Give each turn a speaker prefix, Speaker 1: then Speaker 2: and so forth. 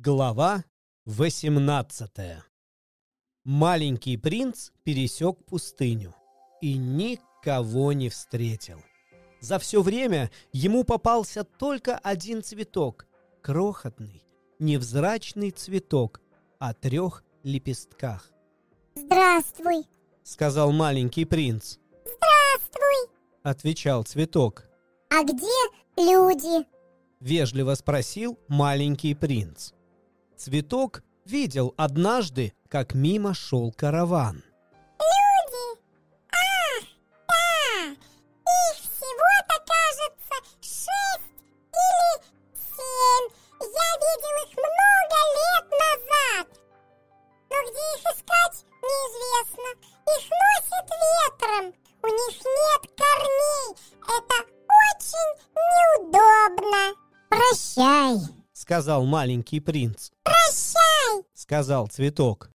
Speaker 1: Глава 18 Маленький принц пересек пустыню и никого не встретил. За все время ему попался только один цветок, крохотный, невзрачный цветок о трех лепестках,
Speaker 2: Здравствуй.
Speaker 1: сказал маленький принц.
Speaker 2: Здравствуй.
Speaker 1: Отвечал цветок.
Speaker 2: А где люди?
Speaker 1: Вежливо спросил маленький принц. Цветок видел однажды, как мимо шел караван.
Speaker 2: Люди. А, да. Их всего-то кажется шесть или семь. Я видел их много лет назад. Но где их искать, неизвестно. Их носит ветром. У них нет корней. Это очень неудобно. Прощай.
Speaker 1: Сказал маленький принц.
Speaker 2: Прощай.
Speaker 1: Сказал цветок.